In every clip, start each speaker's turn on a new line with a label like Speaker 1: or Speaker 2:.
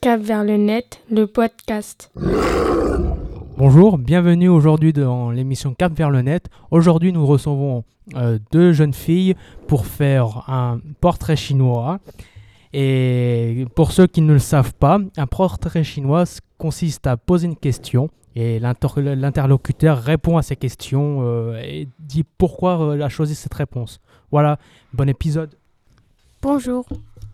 Speaker 1: Cap vers le net, le podcast.
Speaker 2: Bonjour, bienvenue aujourd'hui dans l'émission Cap vers le net. Aujourd'hui, nous recevons euh, deux jeunes filles pour faire un portrait chinois. Et pour ceux qui ne le savent pas, un portrait chinois consiste à poser une question et l'inter- l'interlocuteur répond à ces questions euh, et dit pourquoi euh, a choisi cette réponse. Voilà, bon épisode.
Speaker 1: Bonjour,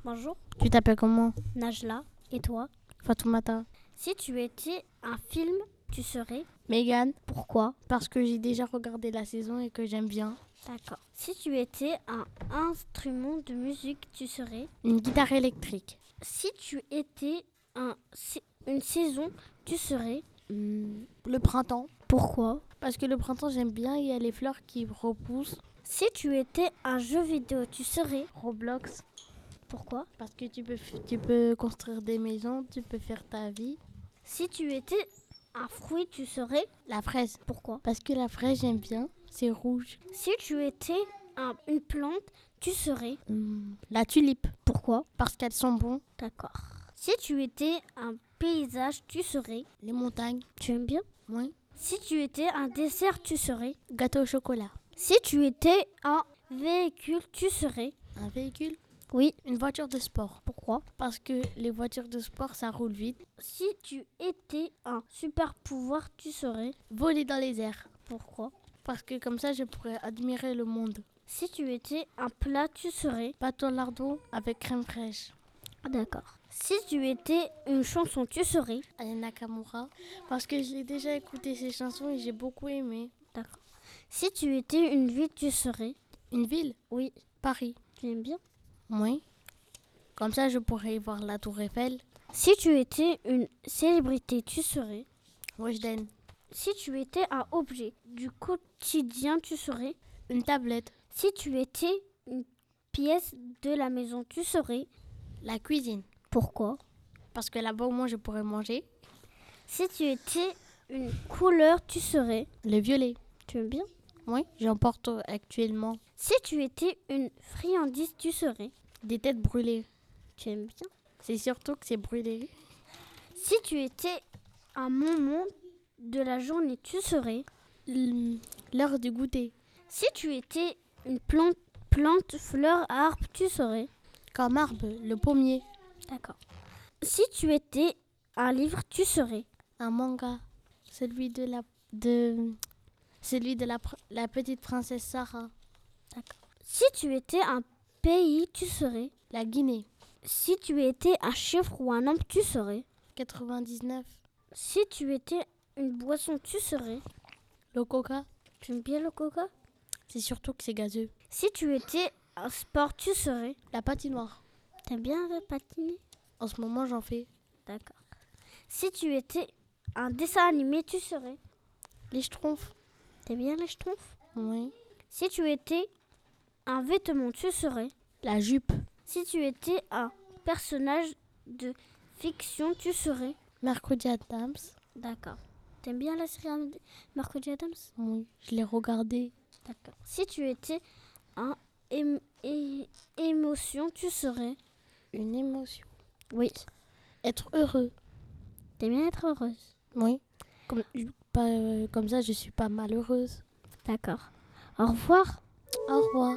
Speaker 3: Bonjour,
Speaker 1: tu t'appelles comment
Speaker 3: Najla. Et toi
Speaker 1: Fatoumata.
Speaker 3: Si tu étais un film, tu serais
Speaker 4: Megan,
Speaker 3: Pourquoi
Speaker 4: parce que j'ai déjà regardé la saison et que j'aime bien.
Speaker 3: D'accord. Si tu étais un instrument de musique, tu serais
Speaker 4: Une guitare électrique.
Speaker 3: Si tu étais un, si- une saison, tu serais
Speaker 4: Hmm, le printemps,
Speaker 3: Pourquoi
Speaker 4: parce que le printemps j'aime bien, il y a les fleurs qui repoussent.
Speaker 3: Si tu étais un jeu vidéo, tu serais
Speaker 4: Roblox,
Speaker 3: Pourquoi
Speaker 4: parce que tu peux, f- tu peux construire des maisons, tu peux faire ta vie.
Speaker 3: Si tu étais un fruit, tu serais
Speaker 4: La fraise,
Speaker 3: Pourquoi
Speaker 4: parce que la fraise j'aime bien, c'est rouge.
Speaker 3: Si tu étais un- une plante, tu serais
Speaker 4: Hmm, la tulipe,
Speaker 3: Pourquoi
Speaker 4: parce qu'elles sont bons.
Speaker 3: D'accord. Si tu étais un paysage, tu serais
Speaker 4: Les montagnes,
Speaker 3: Tu aimes bien
Speaker 4: oui.
Speaker 3: Si tu étais un dessert, tu serais
Speaker 4: Gâteau au chocolat.
Speaker 3: Si tu étais un véhicule, tu serais
Speaker 4: Un véhicule,
Speaker 3: Oui.
Speaker 4: une voiture de sport,
Speaker 3: Pourquoi
Speaker 4: parce que les voitures de sport ça roule vite.
Speaker 3: Si tu étais un super pouvoir, tu serais
Speaker 4: Voler dans les airs,
Speaker 3: Pourquoi
Speaker 4: parce que comme ça je pourrais admirer le monde.
Speaker 3: Si tu étais un plat, tu serais Ah,
Speaker 4: Pâte au lardon avec crème fraîche.
Speaker 3: D'accord. Si tu étais une chanson, tu serais
Speaker 4: Aya Nakamura. Parce que j'ai déjà écouté ses chansons et j'ai beaucoup aimé.
Speaker 3: D'accord. Si tu étais une ville, tu serais
Speaker 4: Une ville
Speaker 3: Oui.
Speaker 4: Paris.
Speaker 3: Tu aimes bien
Speaker 4: Oui. Comme ça, je pourrais y voir la tour Eiffel.
Speaker 3: Si tu étais une célébrité, tu serais
Speaker 4: Weshden.
Speaker 3: Si tu étais un objet du quotidien, tu serais
Speaker 4: Une tablette.
Speaker 3: Si tu étais une pièce de la maison, tu serais
Speaker 4: La cuisine.
Speaker 3: Pourquoi
Speaker 4: Parce que là-bas, au moins, je pourrais manger.
Speaker 3: Si tu étais une couleur, tu serais.
Speaker 4: Le violet.
Speaker 3: Tu aimes bien
Speaker 4: Oui, j'en porte actuellement.
Speaker 3: Si tu étais une friandise, tu serais.
Speaker 4: Des têtes brûlées.
Speaker 3: Tu aimes bien
Speaker 4: C'est surtout que c'est brûlé.
Speaker 3: Si tu étais un moment de la journée, tu serais.
Speaker 4: L- L'heure du goûter.
Speaker 3: Si tu étais une plante, plante, fleur, arbre, tu serais.
Speaker 4: Comme arbre, le pommier.
Speaker 3: D'accord. Si tu étais un livre, tu serais.
Speaker 4: un manga, celui de la de celui de la, pr- la petite princesse Sarah,
Speaker 3: Si tu étais un pays, tu serais.
Speaker 4: la Guinée,
Speaker 3: Si tu étais un chiffre ou un nombre, tu serais.
Speaker 4: 99,
Speaker 3: Si tu étais une boisson, tu serais.
Speaker 4: le coca,
Speaker 3: Tu aimes bien le coca
Speaker 4: c'est surtout que c'est gazeux,
Speaker 3: Si tu étais un sport, tu serais.
Speaker 4: la patinoire.
Speaker 3: T'aimes bien patiner
Speaker 4: En ce moment, j'en fais
Speaker 3: D'accord. Si tu étais un dessin animé, tu serais.
Speaker 4: les schtroumpfs.
Speaker 3: T'aimes bien les schtroumpfs
Speaker 4: Oui,
Speaker 3: Si tu étais un vêtement, tu serais.
Speaker 4: la jupe,
Speaker 3: Si tu étais un personnage de fiction, tu serais.
Speaker 4: mercredi Adams.
Speaker 3: D'accord. T'aimes bien la série Am- Mercredi Adams
Speaker 4: Oui, je l'ai regardé.
Speaker 3: D'accord. Si tu étais un ém- é- émotion, tu serais.
Speaker 4: Une émotion.
Speaker 3: Oui.
Speaker 4: Être heureux.
Speaker 3: T'aimes bien être heureuse
Speaker 4: Oui. Comme, je- pas, euh, comme ça, je suis pas malheureuse.
Speaker 3: D'accord. Au revoir.
Speaker 4: Au revoir.